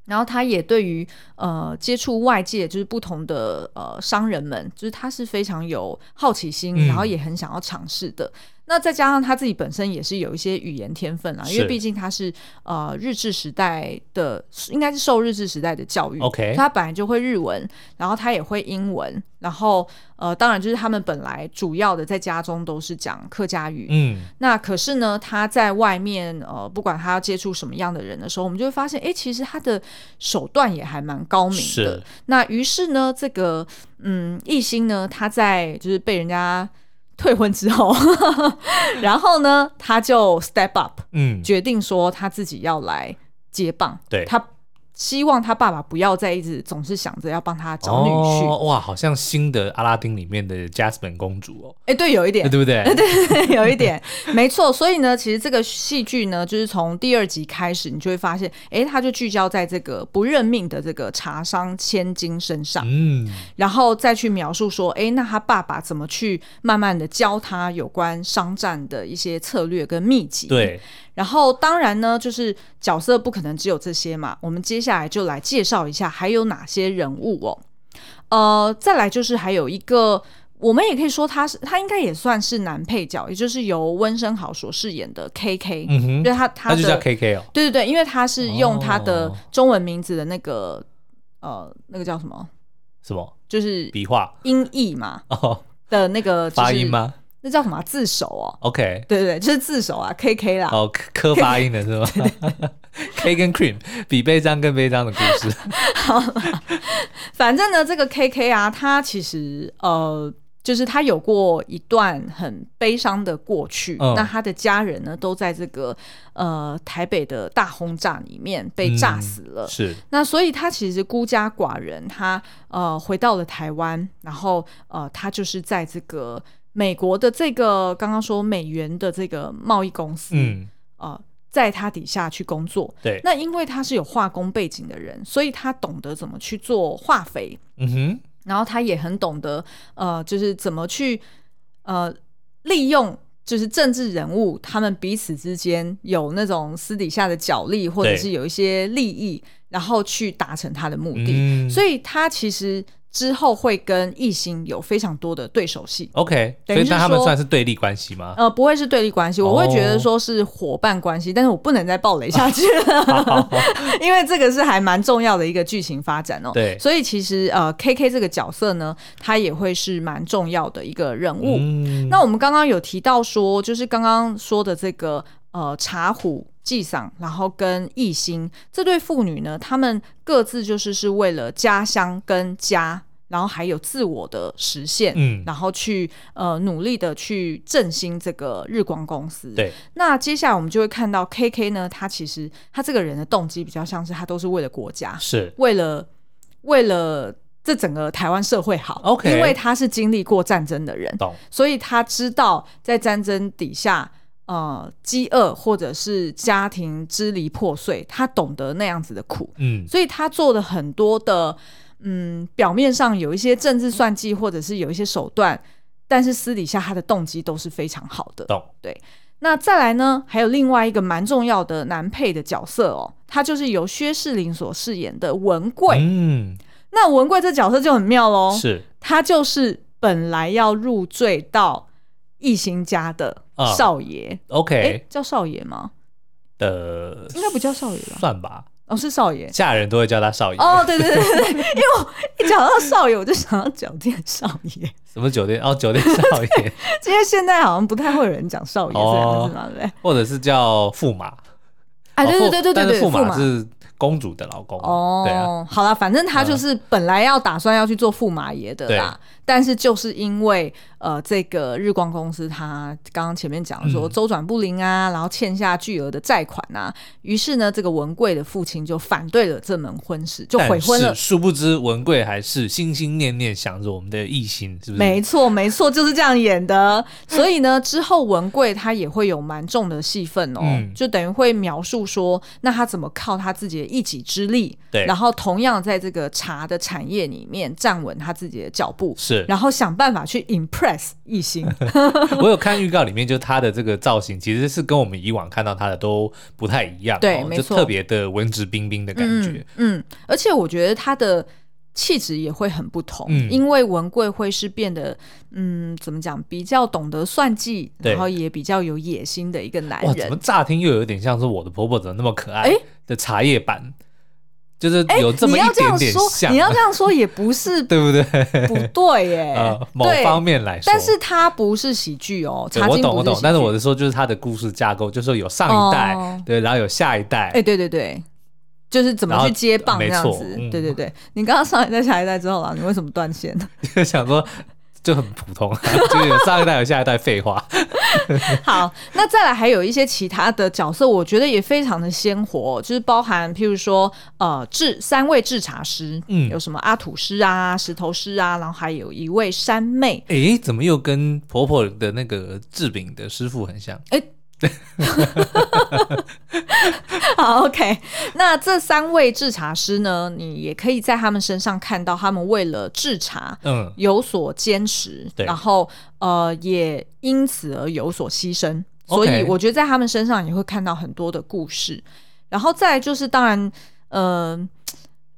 Speaker 1: 然后他也对于呃接触外界就是不同的呃商人们，就是他是非常有好奇心，
Speaker 2: 嗯
Speaker 1: 然后也很想要尝试的。那再加上他自己本身也是有一些语言天分啊，因
Speaker 2: 是
Speaker 1: 为毕竟他是呃日治时代的，应该是受日治时代的教育
Speaker 2: OK
Speaker 1: 所以他本来就会日文，然后他也会英文，然后呃当然就是他们本来主要的在家中都是讲客家语，
Speaker 2: 嗯，
Speaker 1: 那可是呢，他在外面呃，不管他要接触什么样的人的时候，我们就会发现，哎、其实他的手段也还蛮高明的
Speaker 2: 是。
Speaker 1: 那于是呢，这个嗯，艺兴呢，他在就是被人家退婚之后， 然后呢，他就 step up，
Speaker 2: 嗯，
Speaker 1: 决定说他自己要来接棒。
Speaker 2: 对
Speaker 1: 他希望他爸爸不要再一直总是想着要帮他找女婿。哎、
Speaker 2: 哦，哇，好像新的阿拉丁里面的加斯本公主哦，
Speaker 1: 对，有一点
Speaker 2: 对，不对？ 对
Speaker 1: 有一点，没错。所以呢，其实这个戏剧呢，就是从第二集开始，你就会发现，诶，它就聚焦在这个不认命的这个茶商千金身上，
Speaker 2: 嗯，
Speaker 1: 然后再去描述说，诶，那他爸爸怎么去慢慢的教他有关商战的一些策略跟秘籍。。
Speaker 2: 对，
Speaker 1: 然后当然呢，就是角色不可能只有这些嘛。我们接下来就来介绍一下还有哪些人物哦。呃，再来就是还有一个，我们也可以说他是他应该也算是男配角，也就是由温升豪所饰演的 KK，、
Speaker 2: 嗯哼，
Speaker 1: 就是他他
Speaker 2: 那
Speaker 1: 的
Speaker 2: 就叫 KK 哦，
Speaker 1: 对对对，因为他是用他的
Speaker 2: 哦
Speaker 1: 中文名字的那个。呃那个叫什么，
Speaker 2: 什么
Speaker 1: 就是
Speaker 2: 笔画
Speaker 1: 音译嘛
Speaker 2: 哦，
Speaker 1: 的那个、就是、
Speaker 2: 发音？吗
Speaker 1: 那叫什么啊字首哦？
Speaker 2: ？OK，
Speaker 1: 对对对，就是字首啊，K K 啦。
Speaker 2: 哦，科科发音的是吗？K 跟 cream 比悲章跟悲章的故 事，
Speaker 1: 反正呢，这个 K K 啊，他其实呃，就是他有过一段很悲伤的过去。
Speaker 2: 嗯
Speaker 1: 那他的家人呢，都在这个呃台北的大轰炸里面被炸死了。
Speaker 2: 是
Speaker 1: 那所以他其实孤家寡人，他呃回到了台湾，然后呃他就是在这个美国的这个刚刚说美元的这个贸易公司，
Speaker 2: 嗯，
Speaker 1: 呃在他底下去工作。
Speaker 2: 对，
Speaker 1: 那因为他是有化工背景的人，所以他懂得怎么去做化肥，
Speaker 2: 嗯哼，
Speaker 1: 然后他也很懂得呃，就是怎么去呃利用。就是政治人物，他们彼此之间有那种私底下的角力，或者
Speaker 2: 对
Speaker 1: 是有一些利益，然后去达成他的目的。
Speaker 2: 嗯，
Speaker 1: 所
Speaker 2: 以
Speaker 1: 以他其实之后会跟异星有非常多的对手戏，
Speaker 2: OK，
Speaker 1: 等
Speaker 2: 所
Speaker 1: 于
Speaker 2: 以
Speaker 1: 是
Speaker 2: 那他们
Speaker 1: 说
Speaker 2: 算是对立关系吗？
Speaker 1: 呃，不会是对立关系，我会觉得
Speaker 2: 哦
Speaker 1: 说是伙伴关系，但是我不能再暴雷下去了， 因为这个是还蛮重要的一个剧情发展哦。
Speaker 2: 对
Speaker 1: 所以其实呃，K K 这个角色呢，他也会是蛮重要的一个人物。
Speaker 2: 嗯，
Speaker 1: 那我们刚刚有提到说，就是刚刚说的这个呃茶壶纪赏，然后跟艺兴这对父女呢，她们各自就是是为了家乡跟家，然后还有自我的实现，
Speaker 2: 嗯，
Speaker 1: 然后去呃努力的去振兴这个日光公司。
Speaker 2: 对，
Speaker 1: 那接下来我们就会看到 K K 呢，他其实他这个人的动机比较像是他都是为了国家，
Speaker 2: 是
Speaker 1: 为了为了。这整个台湾社会好
Speaker 2: OK
Speaker 1: 因为他是经历过战争的人，
Speaker 2: 懂，
Speaker 1: 所以他知道在战争底下，呃，饥饿或者是家庭支离破碎，他懂得那样子的苦，
Speaker 2: 嗯，
Speaker 1: 所以他做了很多的，嗯，表面上有一些政治算计，或者是有一些手段，但是私底下他的动机都是非常好的。
Speaker 2: 懂，
Speaker 1: 那再来呢，还有另外一个蛮重要的男配的角色哦，他就是由薛仕凌所饰演的文贵。
Speaker 2: 嗯，
Speaker 1: 那文贵这角色就很妙喽，
Speaker 2: 是
Speaker 1: 他就是本来要入赘到异形家的少爷，哎、
Speaker 2: OK
Speaker 1: 叫少爷吗？
Speaker 2: 的，
Speaker 1: 应该不叫少爷 吧？
Speaker 2: 算吧，
Speaker 1: 哦，是少爷。
Speaker 2: 嫁人都会叫他少 爷。
Speaker 1: 哦，对对对对，对，因为我一讲到少爷，我就想到酒店少爷，
Speaker 2: 什么酒店？哦，酒店少爷，
Speaker 1: 因为现在好像不太会有人讲少爷这样子嘛，对不对？
Speaker 2: 或者是叫驸马。
Speaker 1: 哎，
Speaker 2: 哦
Speaker 1: 对对
Speaker 2: 驸
Speaker 1: 对对对
Speaker 2: 但
Speaker 1: 对，
Speaker 2: 是驸
Speaker 1: 驸
Speaker 2: 马是公主的老公。对啊，
Speaker 1: 哦，好了，反正他就是本来要打算要去做驸马爷的啦，但是就是因为呃，这个日光公司他刚刚前面讲说
Speaker 2: 嗯
Speaker 1: 周转不灵啊，然后欠下巨额的债款啊，于是呢，这个文贵的父亲就反对了这门婚事，就悔婚了
Speaker 2: 但是。殊不知文贵还是心心念念想着我们的异性，是不是？
Speaker 1: 没错，没错，就是这样演的。 所以呢，之后文贵他也会有蛮重的戏份哦，
Speaker 2: 嗯
Speaker 1: 就等于会描述说，那他怎么靠他自己的一己之力，
Speaker 2: 对
Speaker 1: 然后同样在这个茶的产业里面站稳他自己的脚步，
Speaker 2: 是
Speaker 1: 然后想办法去 impress 异 性。
Speaker 2: 我有看预告里面，就他的这个造型其实是跟我们以往看到他的都不太一样哦，
Speaker 1: 对没
Speaker 2: 就
Speaker 1: 错
Speaker 2: 特别的文质彬彬的感觉。
Speaker 1: 嗯，嗯，而且我觉得他的气质也会很不同，
Speaker 2: 嗯
Speaker 1: 因为文贵会是变得，嗯，怎么讲，比较懂得算计，
Speaker 2: 对
Speaker 1: 然后也比较有野心的一个男
Speaker 2: 哇，怎么
Speaker 1: 人。
Speaker 2: 乍听又有点像是我的婆婆怎么那么可爱
Speaker 1: 哎
Speaker 2: 的茶叶版，就是有这
Speaker 1: 你
Speaker 2: 么
Speaker 1: 要
Speaker 2: 一
Speaker 1: 这
Speaker 2: 点
Speaker 1: 样
Speaker 2: 点
Speaker 1: 说，
Speaker 2: 像啊
Speaker 1: 你，要 这样说也不是
Speaker 2: 对 不对？
Speaker 1: 不对 耶，
Speaker 2: 呃，某
Speaker 1: 对
Speaker 2: 方面来说，
Speaker 1: 但是它不是喜剧哦，
Speaker 2: 对
Speaker 1: 茶
Speaker 2: 我
Speaker 1: 经
Speaker 2: 懂我
Speaker 1: 不
Speaker 2: 懂
Speaker 1: 喜，剧。
Speaker 2: 但是我的说就是它的故事架构，就是有上一代、
Speaker 1: 哦
Speaker 2: 对，然后有下一代，
Speaker 1: 哎、对对对，就是怎么
Speaker 2: 然后
Speaker 1: 去接棒这
Speaker 2: 没
Speaker 1: 样
Speaker 2: 错
Speaker 1: 子。
Speaker 2: 嗯
Speaker 1: 对对对，你刚刚上一代下一代之后啊了，你为什么断线？
Speaker 2: 就想说就很普通，啊 就是有上一代有下一代，废话，
Speaker 1: 好，那再来还有一些其他的角色，我觉得也非常的鲜活，哦就是包含譬如说呃制三位制茶师，
Speaker 2: 嗯
Speaker 1: 有什么阿土师啊、石头师啊，然后还有一位山妹，
Speaker 2: 诶，怎么又跟婆婆的那个制饼的师傅很像？
Speaker 1: 好，OK。那这三位制茶师呢，你也可以在他们身上看到，他们为了制茶
Speaker 2: 嗯，
Speaker 1: 有所坚持，
Speaker 2: 对
Speaker 1: 然后呃，也因此而有所牺牲。所
Speaker 2: OK
Speaker 1: 以我觉得在他们身上也会看到很多的故事。然后再来就是，当然，呃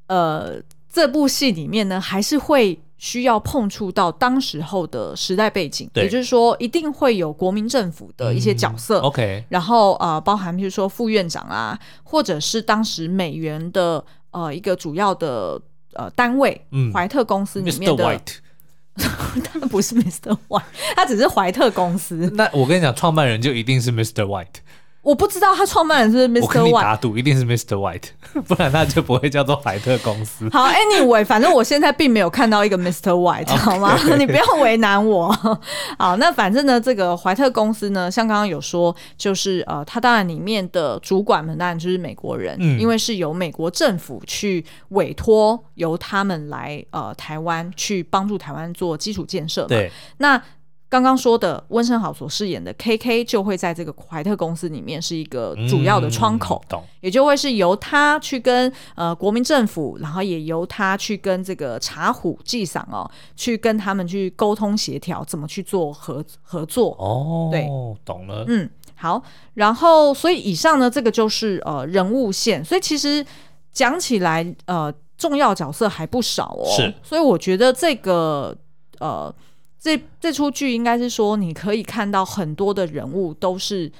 Speaker 1: 呃，这部戏里面呢，还是会。需要碰触到当时候的时代背景，
Speaker 2: 对
Speaker 1: 也就是说，一定会有国民政府的一些角色，
Speaker 2: 嗯 OK，
Speaker 1: 然后呃，包含譬如说副院长啊，或者是当时美元的呃一个主要的呃单位，
Speaker 2: 嗯
Speaker 1: 怀特公司里面
Speaker 2: ，Mr.
Speaker 1: 的，
Speaker 2: White。
Speaker 1: 他不是 Mr. White，他只是怀特公司。
Speaker 2: 那我跟你讲，创办人就一定是 Mr. White。
Speaker 1: 我不知道他创办人是不是
Speaker 2: 我跟
Speaker 1: Mr.
Speaker 2: 你
Speaker 1: White。
Speaker 2: 打赌，一定是 Mr. White，不 然他就不会叫做怀特公 司。
Speaker 1: 好，Anyway，反正我现在并没有看到一个 Mr. White，好吗？你不要为难我。 好，那反正呢，这个怀特公司呢，像刚刚有说，就是呃，它当然里面的主管们当然就是美国人，
Speaker 2: 嗯
Speaker 1: 因为是由美国政府去委托由他们来呃台湾去帮助台湾做基础建设嘛。
Speaker 2: 对，
Speaker 1: 那刚刚说的温升豪所饰演的 KK 就会在这个怀特公司里面是一个主要的窗口。
Speaker 2: 嗯懂？
Speaker 1: 也就会是由他去跟呃国民政府，然后也由他去跟这个茶虎纪赏哦，去跟他们去沟通协调，怎么去做合合作。
Speaker 2: 哦，
Speaker 1: 对，
Speaker 2: 懂了。
Speaker 1: 嗯，好，然后所以以上呢，这个就是呃人物线，所以其实讲起来呃重要角色还不少哦，
Speaker 2: 是，
Speaker 1: 所以我觉得这个呃这这出剧应该是说你可以看到很多的人物都是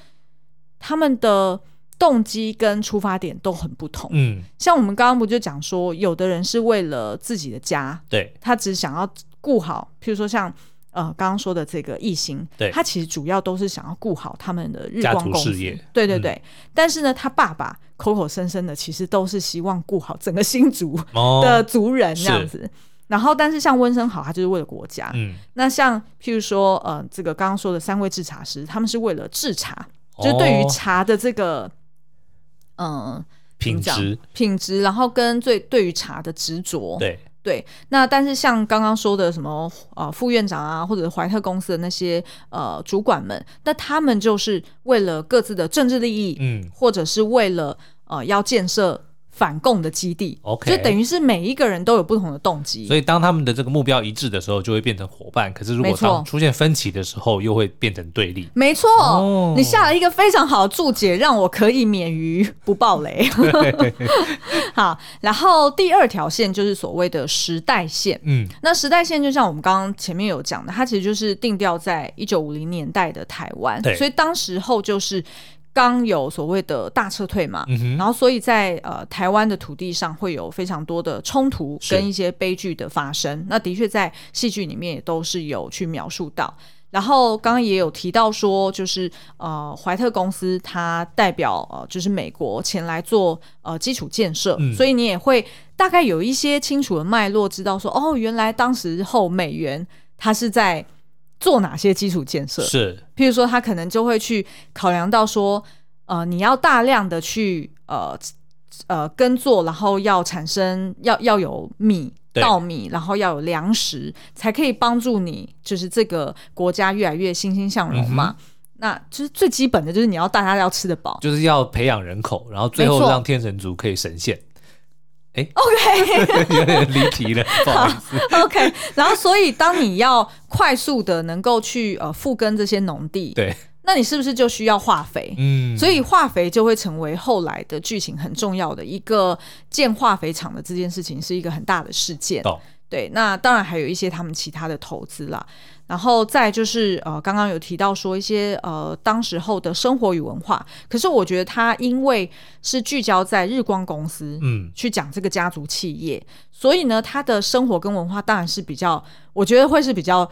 Speaker 1: 他们的动机跟出发点都很不同，
Speaker 2: 嗯，
Speaker 1: 像我们刚刚不就讲说，有的人是为了自己的家，
Speaker 2: 对，
Speaker 1: 他只想要顾好，譬如说像呃刚刚说的这个艺兴，
Speaker 2: 对
Speaker 1: 他其实主要都是想要顾好他们的日
Speaker 2: 家
Speaker 1: 光
Speaker 2: 族
Speaker 1: 公司，
Speaker 2: 事业嗯
Speaker 1: 对对对。但是呢，他爸爸口口声声的其实都是希望顾好整个新族
Speaker 2: 哦，
Speaker 1: 的族人这样
Speaker 2: 是
Speaker 1: 子。然后，但是像温生豪，他就是为了国家。
Speaker 2: 哦嗯，
Speaker 1: 那像譬如说，呃，这个刚刚说的三位制茶师，他们是为了制茶，就是对于
Speaker 2: 哦
Speaker 1: 茶的这个，嗯、
Speaker 2: 品
Speaker 1: 怎么
Speaker 2: 质
Speaker 1: 讲，品质，然后跟最对于茶的执着。
Speaker 2: 对，
Speaker 1: 那但是像刚刚说的什么呃副院长啊，或者怀特公司的那些呃主管们，那他们就是为了各自的政治利益，
Speaker 2: 嗯，
Speaker 1: 或者是为了呃要建设反共的基地
Speaker 2: OK
Speaker 1: 就等于是每一个人都有不同的动机。
Speaker 2: 所以当他们的这个目标一致的时候，就会变成伙伴。可是如
Speaker 1: 没
Speaker 2: 果
Speaker 1: 错
Speaker 2: 当出现分歧的时候，又会变成对立。
Speaker 1: 没错，
Speaker 2: 哦
Speaker 1: 你下了一个非常好的注解，让我可以免 于不爆雷。 好，然后第二条线就是所谓的时代线。
Speaker 2: 嗯，
Speaker 1: 那时代线就像我们刚刚前面有讲的，它其实就是定调在一九五零年代的台湾
Speaker 2: 对，
Speaker 1: 所以当时候就是刚有所谓的大撤退嘛，
Speaker 2: 嗯哼
Speaker 1: 然后所以在呃台湾的土地上会有非常多的冲突
Speaker 2: 是
Speaker 1: 跟一些悲剧的发生，那的确在戏剧里面也都是有去描述到。然后刚刚也有提到说，就是呃，怀特公司它代表呃，就是美国前来做呃基础建设，
Speaker 2: 嗯
Speaker 1: 所以你也会大概有一些清楚的脉络，知道说哦，原来当时候美元它是在做哪些基础建设，
Speaker 2: 是
Speaker 1: 譬如说，他可能就会去考量到说，呃，你要大量的去呃呃耕作，然后要产生要要有米。
Speaker 2: 对
Speaker 1: 稻米，然后要有粮食，才可以帮助你，就是这个国家越来越欣欣向荣嘛。
Speaker 2: 嗯
Speaker 1: 那就是最基本的，就是你要大家要吃得 饱。
Speaker 2: 就是要培养人口，然后最
Speaker 1: 没
Speaker 2: 后
Speaker 1: 错
Speaker 2: 让天神族可以神仙。哎，OK，有 点离题 了，不好意思。
Speaker 1: OK，然后所以当你要快速的能够去呃复耕这些农地，
Speaker 2: 对，
Speaker 1: 那你是不是就需要化肥？
Speaker 2: 嗯，
Speaker 1: 所以化肥就会成为后来的剧情很重要的一个建化肥厂的这件事情是一个很大的事件。
Speaker 2: 懂
Speaker 1: 对，那当然还有一些他们其他的投资啦。然后再就是呃，刚刚有提到说一些呃当时候的生活与文化，可是我觉得它因为是聚焦在日光公司，
Speaker 2: 嗯，
Speaker 1: 去讲这个家族企业，所以呢，他的生活跟文化当然是比较，我觉得会是比较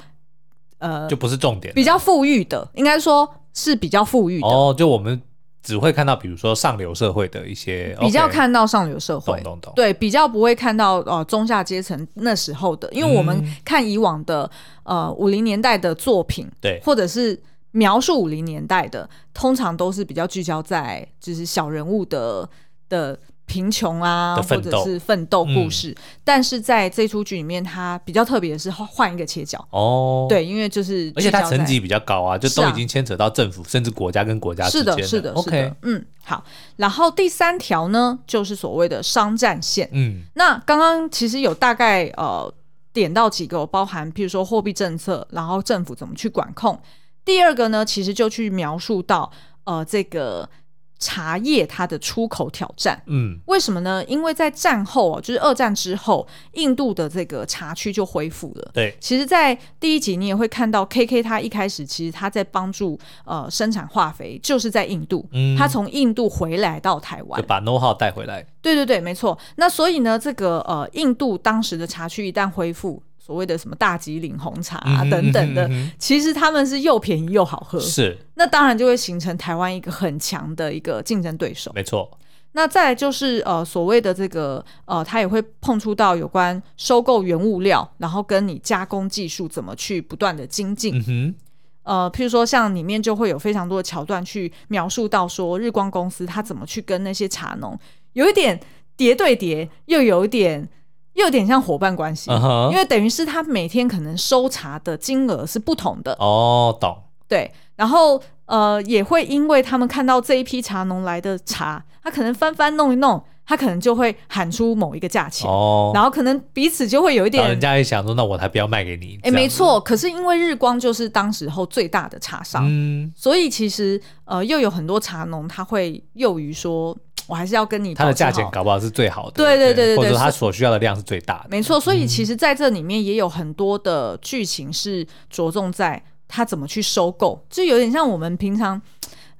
Speaker 1: 呃
Speaker 2: 就不是重点了。
Speaker 1: 比较富裕的，应该说是比较富裕的。
Speaker 2: 哦，就我们只会看到，比如说上流社会的一些
Speaker 1: 比较
Speaker 2: OK，
Speaker 1: 看到上流社会
Speaker 2: 懂，懂懂，
Speaker 1: 对，比较不会看到呃中下阶层那时候的，因为我们
Speaker 2: 嗯
Speaker 1: 看以往的、呃五零年代的作品，
Speaker 2: 对
Speaker 1: 或者是描述五零年代的，通常都是比较聚焦在就是小人物的的贫穷啊，
Speaker 2: 的
Speaker 1: 或
Speaker 2: 奋斗嗯
Speaker 1: 者是奋斗故事。但是在这出剧里面，它比较特别的是换一个切角，
Speaker 2: 哦，，
Speaker 1: 对，因为就是
Speaker 2: 而且它
Speaker 1: 聚焦在
Speaker 2: 层级比较高啊，就是都
Speaker 1: 啊
Speaker 2: 已经牵扯到政府甚至国家跟国家之
Speaker 1: 是
Speaker 2: 间
Speaker 1: 的，是的，是的
Speaker 2: OK，
Speaker 1: 嗯，好。然后第三条呢，就是所谓的商战线。
Speaker 2: 嗯，
Speaker 1: 那刚刚其实有大概呃点到几个，包含譬如说货币政策，然后政府怎么去管控。第二个呢，其实就去描述到呃这个茶叶它的出口挑战。
Speaker 2: 嗯，
Speaker 1: 为什么呢？因为在战后哦，就是二战之后，印度的这个茶区就恢复了。
Speaker 2: 对，
Speaker 1: 其实，在第一集你也会看到，K K 他一开始其实他在帮助呃生产化肥，就是在印度，
Speaker 2: 嗯
Speaker 1: 他从印度回来到台湾
Speaker 2: 就，把 No 号带回来。
Speaker 1: 对对对，没错。那所以呢，这个呃，印度当时的茶区一旦恢复，所谓的什么大吉岭红茶、啊
Speaker 2: 嗯哼
Speaker 1: 等等的，
Speaker 2: 嗯哼
Speaker 1: 其实他们是又便宜又好喝。
Speaker 2: 是
Speaker 1: 那当然就会形成台湾一个很强的一个竞争对手。
Speaker 2: 没错，
Speaker 1: 那再来就是呃所谓的这个呃，它也会碰触到有关收购原物料，然后跟你加工技术怎么去不断的精进。
Speaker 2: 嗯哼，
Speaker 1: 呃，譬如说像里面就会有非常多的桥段去描述到说日光公司它怎么去跟那些茶农，有一点叠对叠，又有一点又有点像伙伴关系。
Speaker 2: 嗯哼，
Speaker 1: 因为等于是他每天可能收茶的金额是不同的，
Speaker 2: 哦，懂，
Speaker 1: 对，然后呃也会因为他们看到这一批茶农来的茶，他可能翻翻弄一弄，他可能就会喊出某一个价钱，
Speaker 2: 哦，
Speaker 1: 然后可能彼此就会有一
Speaker 2: 然后
Speaker 1: 点，
Speaker 2: 人家也想说，那我才不要卖给你。
Speaker 1: 哎，
Speaker 2: 这样子
Speaker 1: 没，错。可是因为日光就是当时候最大的茶商，
Speaker 2: 嗯，
Speaker 1: 所以其实呃又有很多茶农他会诱于说，我还是要跟你
Speaker 2: 它的
Speaker 1: 保持
Speaker 2: 价钱
Speaker 1: 好
Speaker 2: 搞不好是最好的，
Speaker 1: 对对对对对
Speaker 2: 或者说
Speaker 1: 是
Speaker 2: 它所需要的量是最大的。
Speaker 1: 没错，所以其实在这里面也有很多的剧情是着重在他怎么去收购，就有点像我们平常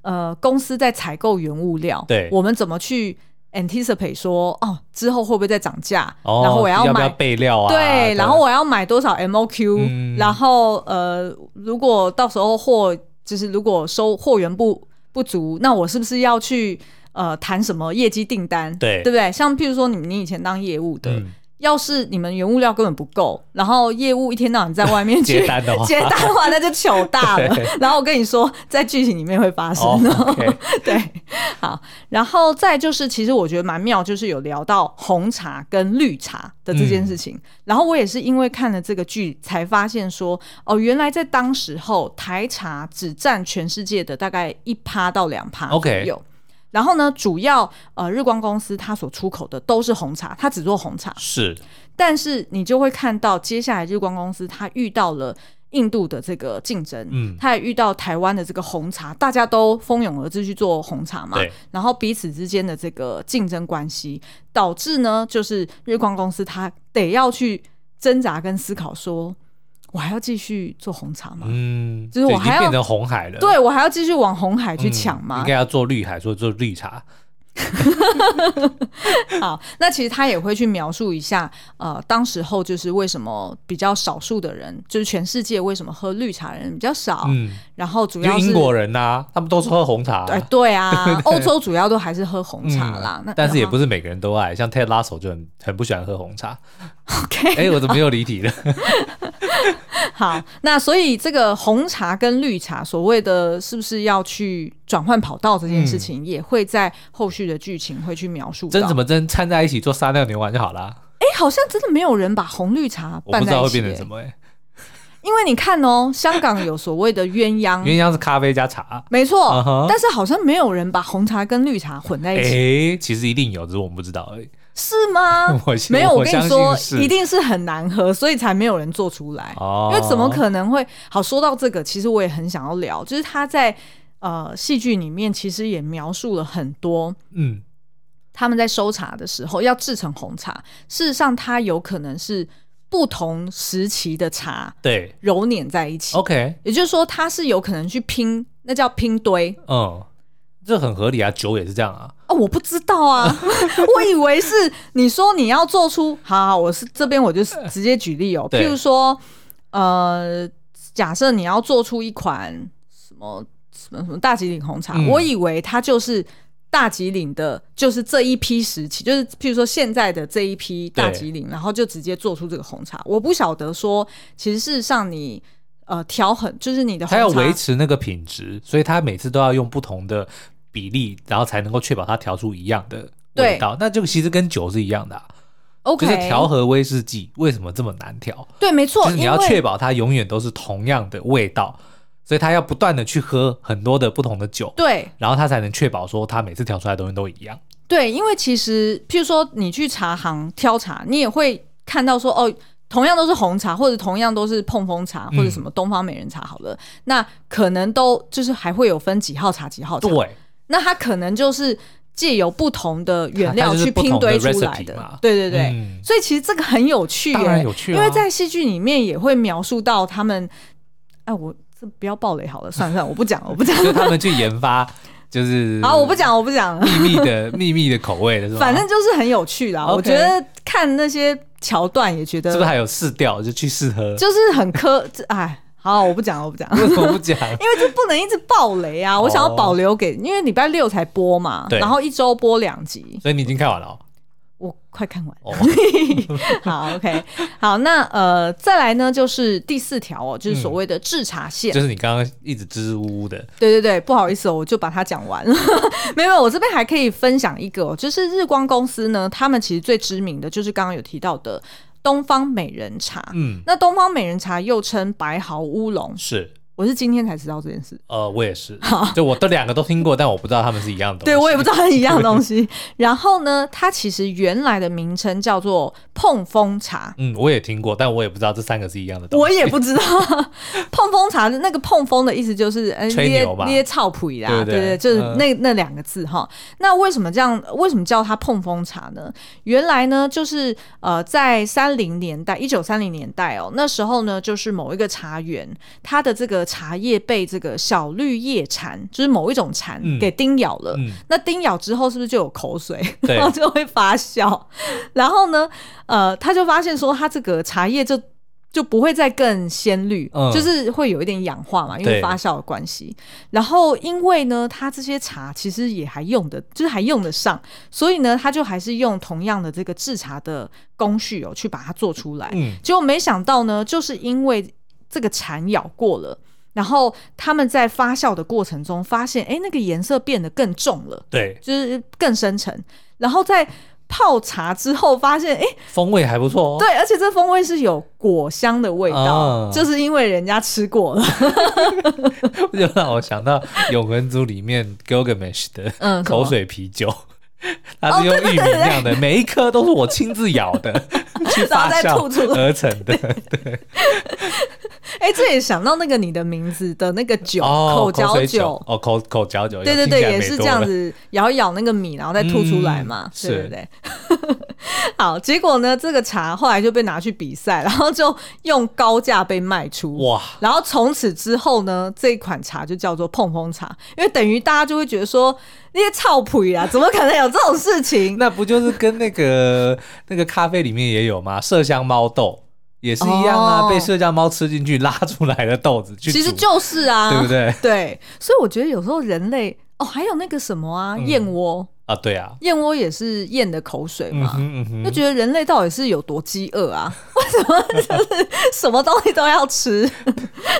Speaker 1: 呃公司在采购原物料，
Speaker 2: 对
Speaker 1: 我们怎么去 anticipate 说哦之后会不会再涨价，
Speaker 2: 哦，
Speaker 1: 然后我
Speaker 2: 要不
Speaker 1: 买。
Speaker 2: 要备料啊？
Speaker 1: 对，然后我要买多少 MOQ，、
Speaker 2: 嗯
Speaker 1: 然后呃，如果到时候货就是如果收货源不不足，那我是不是要去呃谈什么业绩订单？
Speaker 2: 对
Speaker 1: 对不对？像譬如说你你以前当业务的，
Speaker 2: 嗯
Speaker 1: 要是你们原物料根本不够，然后业务一天到晚在外面去
Speaker 2: 接单的话
Speaker 1: 接单的话，那就糗大 了。然后我跟你说，在剧情里面会发生
Speaker 2: 哦
Speaker 1: 哦。
Speaker 2: ，OK，
Speaker 1: 对，好，然后再就是，其实我觉得蛮妙，就是有聊到红茶跟绿茶的这件事情。然后我也是因为看了这个剧，才发现说，哦，原来在当时候台茶只占全世界的大概一趴到两趴
Speaker 2: OK
Speaker 1: 有。然后呢，主要呃日光公司它所出口的都是红茶，它只做红茶。
Speaker 2: 是
Speaker 1: 但是你就会看到，接下来日光公司它遇到了印度的这个竞争，
Speaker 2: 嗯
Speaker 1: 它也遇到台湾的这个红茶，大家都蜂拥而至去做红茶嘛
Speaker 2: 对，
Speaker 1: 然后彼此之间的这个竞争关系，导致呢，就是日光公司它得要去挣扎跟思考说，我还要继续做红茶吗？
Speaker 2: 嗯，
Speaker 1: 就是我
Speaker 2: 已经
Speaker 1: 还要
Speaker 2: 变成红海了，
Speaker 1: 对我还要继续往红海去抢
Speaker 2: 嗯
Speaker 1: 吗
Speaker 2: 应？该要做绿海，做做绿茶，
Speaker 1: 好，那其实他也会去描述一下，呃，当时候就是为什么比较少数的人，就是全世界为什么喝绿茶的人比较少，
Speaker 2: 嗯，
Speaker 1: 然后主
Speaker 2: 就
Speaker 1: 要是
Speaker 2: 英国人呐，他们都是喝红茶，
Speaker 1: 哎，对 啊，欧洲主要都还是喝红茶啦。那
Speaker 2: 嗯但是也
Speaker 1: 是
Speaker 2: 不是每个人都爱，像 Ted Lasso 就很很不喜欢喝红茶。
Speaker 1: OK、
Speaker 2: 哎，我怎么又 离题了？
Speaker 1: 好，那所以这个红茶跟绿茶所谓的是不是要去转换跑道这件
Speaker 2: 嗯
Speaker 1: 事情，也会在后续的剧情会去描述到。
Speaker 2: 蒸什么蒸，掺在一起做撒尿牛丸就好啦。
Speaker 1: 哎、好像真的没有人把红绿茶
Speaker 2: 我
Speaker 1: 拌
Speaker 2: 不知
Speaker 1: 在
Speaker 2: 道
Speaker 1: 一
Speaker 2: 会
Speaker 1: 起、
Speaker 2: 变成什
Speaker 1: 哎
Speaker 2: 么哎，
Speaker 1: 因为你看哦，香港有所谓的鸳鸯，
Speaker 2: 鸳鸯是咖啡加茶。
Speaker 1: 没错
Speaker 2: 嗯哼
Speaker 1: 但是好像没有人把红茶跟绿茶混在一起，
Speaker 2: 哎，其实一定有，只是我们不知道而已。
Speaker 1: 是吗
Speaker 2: 我？
Speaker 1: 啊没有，
Speaker 2: 我
Speaker 1: 我跟你
Speaker 2: 相
Speaker 1: 说
Speaker 2: 信，是
Speaker 1: 一定是很难喝，所以才没有人做出来。
Speaker 2: 哦，
Speaker 1: 因为怎么可能会好？说到这个，其实我也很想要聊，就是他在呃戏剧里面其实也描述了很多
Speaker 2: 嗯，
Speaker 1: 他们在收茶的时候要制成红茶，事实上它有可能是不同时期的茶
Speaker 2: 对
Speaker 1: 揉捻在一起，
Speaker 2: ，OK，
Speaker 1: 也就是说它是有可能去拼，那叫拼堆
Speaker 2: 嗯，这很合理啊，酒也是这样啊，
Speaker 1: 哦，我不知道 啊，我以为是你说你要做出，好好，我是这边我就直接举例哦，
Speaker 2: 呃对
Speaker 1: 譬如说，呃，假设你要做出一款什么什么什么大吉岭红茶，
Speaker 2: 嗯
Speaker 1: 我以为它就是大吉岭的，就是这一批时期，就是譬如说现在的这一批大吉岭，然后就直接做出这个红茶，我不晓得说，其实事实上你。呃，调很就是你的红
Speaker 2: 它
Speaker 1: 茶
Speaker 2: 要维持那个品质，所以它每次都要用不同的比例，然后才能够确保它调出一样的味道。那这个其实跟酒是一样的、啊，
Speaker 1: OK
Speaker 2: 就是调和威士忌为什么这么难调？
Speaker 1: 对，没错，
Speaker 2: 就是你要
Speaker 1: 因为
Speaker 2: 确保它永远都是同样的味道，所以它要不断的去喝很多的不同的酒，
Speaker 1: 对
Speaker 2: 然后它才能确保说它每次调出来的东西都一样。
Speaker 1: 对，因为其实譬如说你去茶行挑茶，你也会看到说哦。同样都是红茶，或者同样都是碰风茶，
Speaker 2: 嗯
Speaker 1: 或者什么东方美人茶，好了，那可能都就是还会有分几号茶、几号茶。
Speaker 2: 对，
Speaker 1: 那它可能就是借由不同的原料去拼堆出来
Speaker 2: 它就是不同的 recipe 嘛
Speaker 1: 的。对对对，
Speaker 2: 嗯
Speaker 1: 所以其实这个很有趣、
Speaker 2: 当
Speaker 1: 耶，
Speaker 2: 然有趣啊
Speaker 1: 因为在戏剧里面也会描述到他们，哎，我这不要暴雷好了，算了算了，我不讲了，我不讲了。
Speaker 2: 就他们去研发， 就是
Speaker 1: 好，啊我不讲了，我不讲了。
Speaker 2: 秘密的 秘密的口味的是吧？
Speaker 1: 反正就是很有趣啦。
Speaker 2: OK
Speaker 1: 我觉得看那些桥段也觉得
Speaker 2: 是不是还有试调就去试喝？
Speaker 1: 就是很科，这哎，好，我不讲，了，我不讲，了，
Speaker 2: 为什么不讲？
Speaker 1: 因为这不能一直爆雷啊。我想要保留给，因为礼拜六才播嘛，
Speaker 2: 哦对
Speaker 1: 然后一周播两集，
Speaker 2: 所以你已经看完了哦。
Speaker 1: 我快看完。
Speaker 2: 哦
Speaker 1: 好，OK，好，那呃，再来呢，就是第四条哦，
Speaker 2: 嗯
Speaker 1: 就是所谓的制茶线。
Speaker 2: 就是你刚刚一直支支吾吾的，
Speaker 1: 对对对，不好意思、哦，我就把它讲完了。 没有，没有我这边还可以分享一个、哦，就是日光公司呢，他们其实最知名的就是刚刚有提到的东方美人茶。
Speaker 2: 嗯，
Speaker 1: 那东方美人茶又称白毫乌龙，
Speaker 2: 是，
Speaker 1: 我是今天才知道这件事。
Speaker 2: 呃，我 也是，就我这两个都听过，但我不知道他们是一样的东西。
Speaker 1: 对，我也不知道它是一样东 西。然后呢，它其实原来的名称叫做碰风茶，
Speaker 2: 嗯，我也听过，但我也不知道这三个是一样的东西。
Speaker 1: 我也不知道 碰风茶那个碰风的意思就是呃
Speaker 2: 吹
Speaker 1: 捏
Speaker 2: 牛吧
Speaker 1: 捏草皮啦，
Speaker 2: 对不对
Speaker 1: 对，就是
Speaker 2: 嗯
Speaker 1: 那、那两个字哈。那为什么这样？为什么叫它碰风茶呢？原来呢，就是呃，在三零年代，一九三零年代哦，那时候呢，就是某一个茶园，它的这个茶叶被这个小绿叶蝉，就是某一种蝉
Speaker 2: 嗯
Speaker 1: 给叮咬了。
Speaker 2: 嗯，
Speaker 1: 那叮咬之后是不是就有口水，
Speaker 2: 对
Speaker 1: 然后就会发酵？ 然后呢，呃，他就发现说，他这个茶叶就就不会再更鲜绿，
Speaker 2: 嗯
Speaker 1: 就是会有一点氧化嘛，因为
Speaker 2: 对
Speaker 1: 发酵的关系。然后因为呢，他这些茶其实也还用得，就是还用得上，所以呢，他就还是用同样的这个制茶的工序哦，去把它做出来。
Speaker 2: 嗯，
Speaker 1: 结果没想到呢，就是因为这个蝉咬过了，然后他们在发酵的过程中发现，哎，那个颜色变得更重了，
Speaker 2: 对，
Speaker 1: 就是更深沉。然后在泡茶之后发现，哎，
Speaker 2: 风味还不错哦。
Speaker 1: 对，而且这风味是有果香的味道，
Speaker 2: 啊
Speaker 1: 就是因为人家吃过了。
Speaker 2: 就让我想到《永恒族》里面 Gilgamesh 的
Speaker 1: 嗯什么哦
Speaker 2: 口水 啤酒，它是用玉米酿的，每一颗都是我亲自咬 的，去发
Speaker 1: 然后再吐
Speaker 2: 酵
Speaker 1: 出来
Speaker 2: 而成的。
Speaker 1: 哎，这也想到那个你的名字的那个酒，
Speaker 2: 哦，
Speaker 1: 口
Speaker 2: 口
Speaker 1: 嚼
Speaker 2: 水酒，哦，口口嚼酒，
Speaker 1: 对对
Speaker 2: 听
Speaker 1: 对，
Speaker 2: 起来
Speaker 1: 也
Speaker 2: 美
Speaker 1: 是这
Speaker 2: 多
Speaker 1: 样
Speaker 2: 了。
Speaker 1: 子咬一咬那个米，然后再吐出来嘛，
Speaker 2: 嗯
Speaker 1: 对对对。 好，结果呢，这个茶后来就被拿去比赛，然后就用高价被卖出。
Speaker 2: 哇，
Speaker 1: 然后从此之后呢，这一款茶就叫做碰碰茶，因为等于大家就会觉得说那些臭屁啊，怎么可能有这种事情？
Speaker 2: 那不就是跟那个 那个咖啡里面也有吗？麝香猫豆也是一样啊，
Speaker 1: 哦
Speaker 2: 被麝香猫吃进去拉出来的豆子去煮，
Speaker 1: 其实就是啊，
Speaker 2: 对不对？
Speaker 1: 对，所以我觉得有时候人类哦，还有那个什么啊，燕窝，
Speaker 2: 啊，对啊，
Speaker 1: 燕窝也是燕的口水
Speaker 2: 嗯
Speaker 1: 嘛。
Speaker 2: 哼嗯
Speaker 1: 就
Speaker 2: 哼，
Speaker 1: 觉得人类到底是有多饥饿啊？ 为什么就是什么东西都要吃？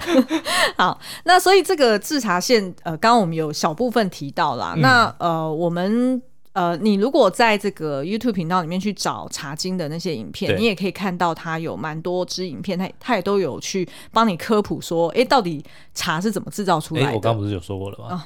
Speaker 1: 好，那所以这个制茶线，呃，刚刚我们有小部分提到
Speaker 2: 嗯
Speaker 1: 啦。那呃，我们呃，你如果在这个 YouTube 频道里面去找茶经的那些影片，
Speaker 2: 对
Speaker 1: 你也可以看到它有蛮多支影片，它它也都有去帮你科普说，诶，到底茶是怎么制造出来
Speaker 2: 哎、
Speaker 1: 的？哦
Speaker 2: 我刚不是有说过了吗？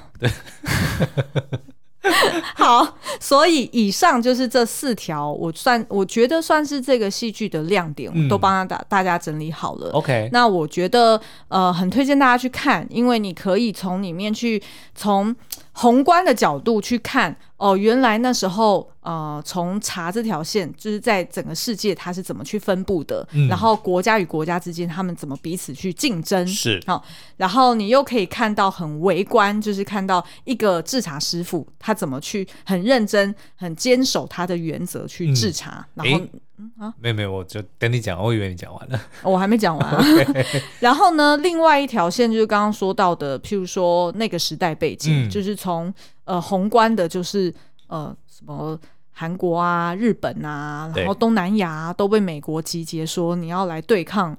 Speaker 1: 好，所以以上就是这四条，我算我觉得算是这个戏剧的亮点，
Speaker 2: 嗯
Speaker 1: 我都帮大大家整理好了。
Speaker 2: OK，
Speaker 1: 那我觉得呃，很推荐大家去看，因为你可以从里面去从宏观的角度去看哦、原来那时候呃，从茶这条线就是在整个世界它是怎么去分布的，
Speaker 2: 嗯
Speaker 1: 然后国家与国家之间他们怎么彼此去竞争，
Speaker 2: 是
Speaker 1: 好、然后你又可以看到很围观，就是看到一个制茶师傅他怎么去很认真、很坚守他的原则去制茶。然后
Speaker 2: 嗯
Speaker 1: 嗯啊
Speaker 2: 诶没有没有，我就等你讲，我以为你讲完了。
Speaker 1: 我还没讲完、 啊， 然后呢，另外一条线就是刚刚说到的，譬如说那个时代背景，
Speaker 2: 嗯
Speaker 1: 就是从呃宏观的，就是呃什么。韩国啊、日本啊，
Speaker 2: 对
Speaker 1: 然后东南亚、啊、都被美国集结说你要来对抗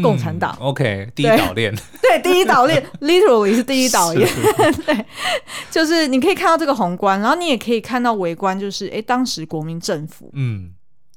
Speaker 1: 共产党
Speaker 2: ，OK，第一
Speaker 1: 对
Speaker 2: 岛链，
Speaker 1: 对，第一岛链 literally 是 第一岛链，
Speaker 2: 是，
Speaker 1: 就是你可以看到这个宏观，然后你也可以看到微观，就是诶，当时国民政府
Speaker 2: 嗯，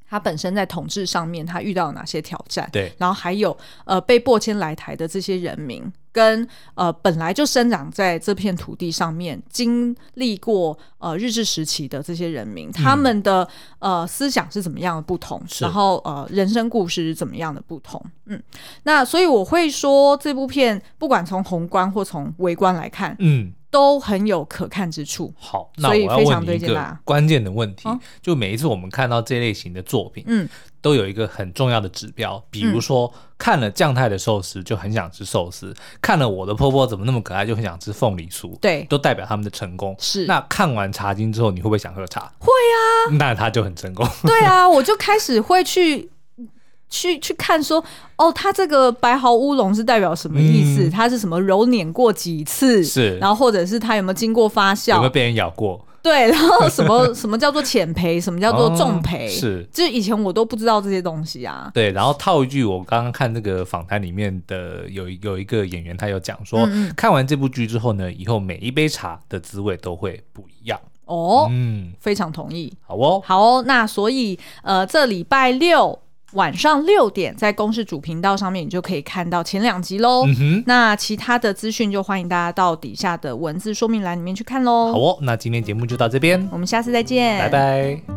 Speaker 1: 它本身在统治上面它遇到了哪些挑战，
Speaker 2: 对，
Speaker 1: 然后还有呃被迫迁来台的这些人民，跟呃本来就生长在这片土地上面，经历过呃日治时期的这些人民，他们的、呃思想是怎么样的不同，
Speaker 2: 嗯是
Speaker 1: 然后呃人生故事是怎么样的不同，嗯，那所以我会说这部片不管从宏观或从微观来看，
Speaker 2: 嗯，
Speaker 1: 都很有可看之处。
Speaker 2: 好，那
Speaker 1: 所
Speaker 2: 我
Speaker 1: 以
Speaker 2: 要
Speaker 1: 非常
Speaker 2: 问你
Speaker 1: 推
Speaker 2: 一
Speaker 1: 荐大
Speaker 2: 个
Speaker 1: 家。
Speaker 2: 关键的问题
Speaker 1: 哦，
Speaker 2: 就每一次我们看到这类型的作品，
Speaker 1: 嗯，
Speaker 2: 都有一个很重要的指标，比如说看了酱太的寿司就很想吃寿司，看了我的婆婆怎么那么可爱就很想吃凤梨酥，
Speaker 1: 对，
Speaker 2: 都代表他们的成功。
Speaker 1: 是
Speaker 2: 那看完茶经之后，你会不会想喝茶？
Speaker 1: 会
Speaker 2: 啊，那他就很成功。
Speaker 1: 对啊，我就开始会去去去看说，哦，它这个白毫乌龙是代表什么意思？
Speaker 2: 嗯
Speaker 1: 它是什么揉捻过几次？
Speaker 2: 是
Speaker 1: 然后或者是它有没有经过发
Speaker 2: 有没
Speaker 1: 酵？
Speaker 2: 有被人咬过？
Speaker 1: 对， 然后什么什么叫做浅培，什么叫做重
Speaker 2: 哦
Speaker 1: 培？
Speaker 2: 是。
Speaker 1: 就以前我都不知道这些东西啊。
Speaker 2: 对，然后套一句，我刚刚看那个访谈里面的有一有一个演员，他有讲说，看完这部剧之后呢，以后每一杯茶的滋味都会不一样。
Speaker 1: 哦，
Speaker 2: 嗯，
Speaker 1: 非常同意。
Speaker 2: 好哦，
Speaker 1: 好哦，那所以呃，这礼拜六晚上六点，在公视主频道上面，你就可以看到前两集喽。
Speaker 2: 嗯哼，
Speaker 1: 那其他的资讯就欢迎大家到底下的文字说明栏里面去看喽。
Speaker 2: 好哦，那今天节目就到这边，
Speaker 1: 我们下次再见，
Speaker 2: 哦拜拜。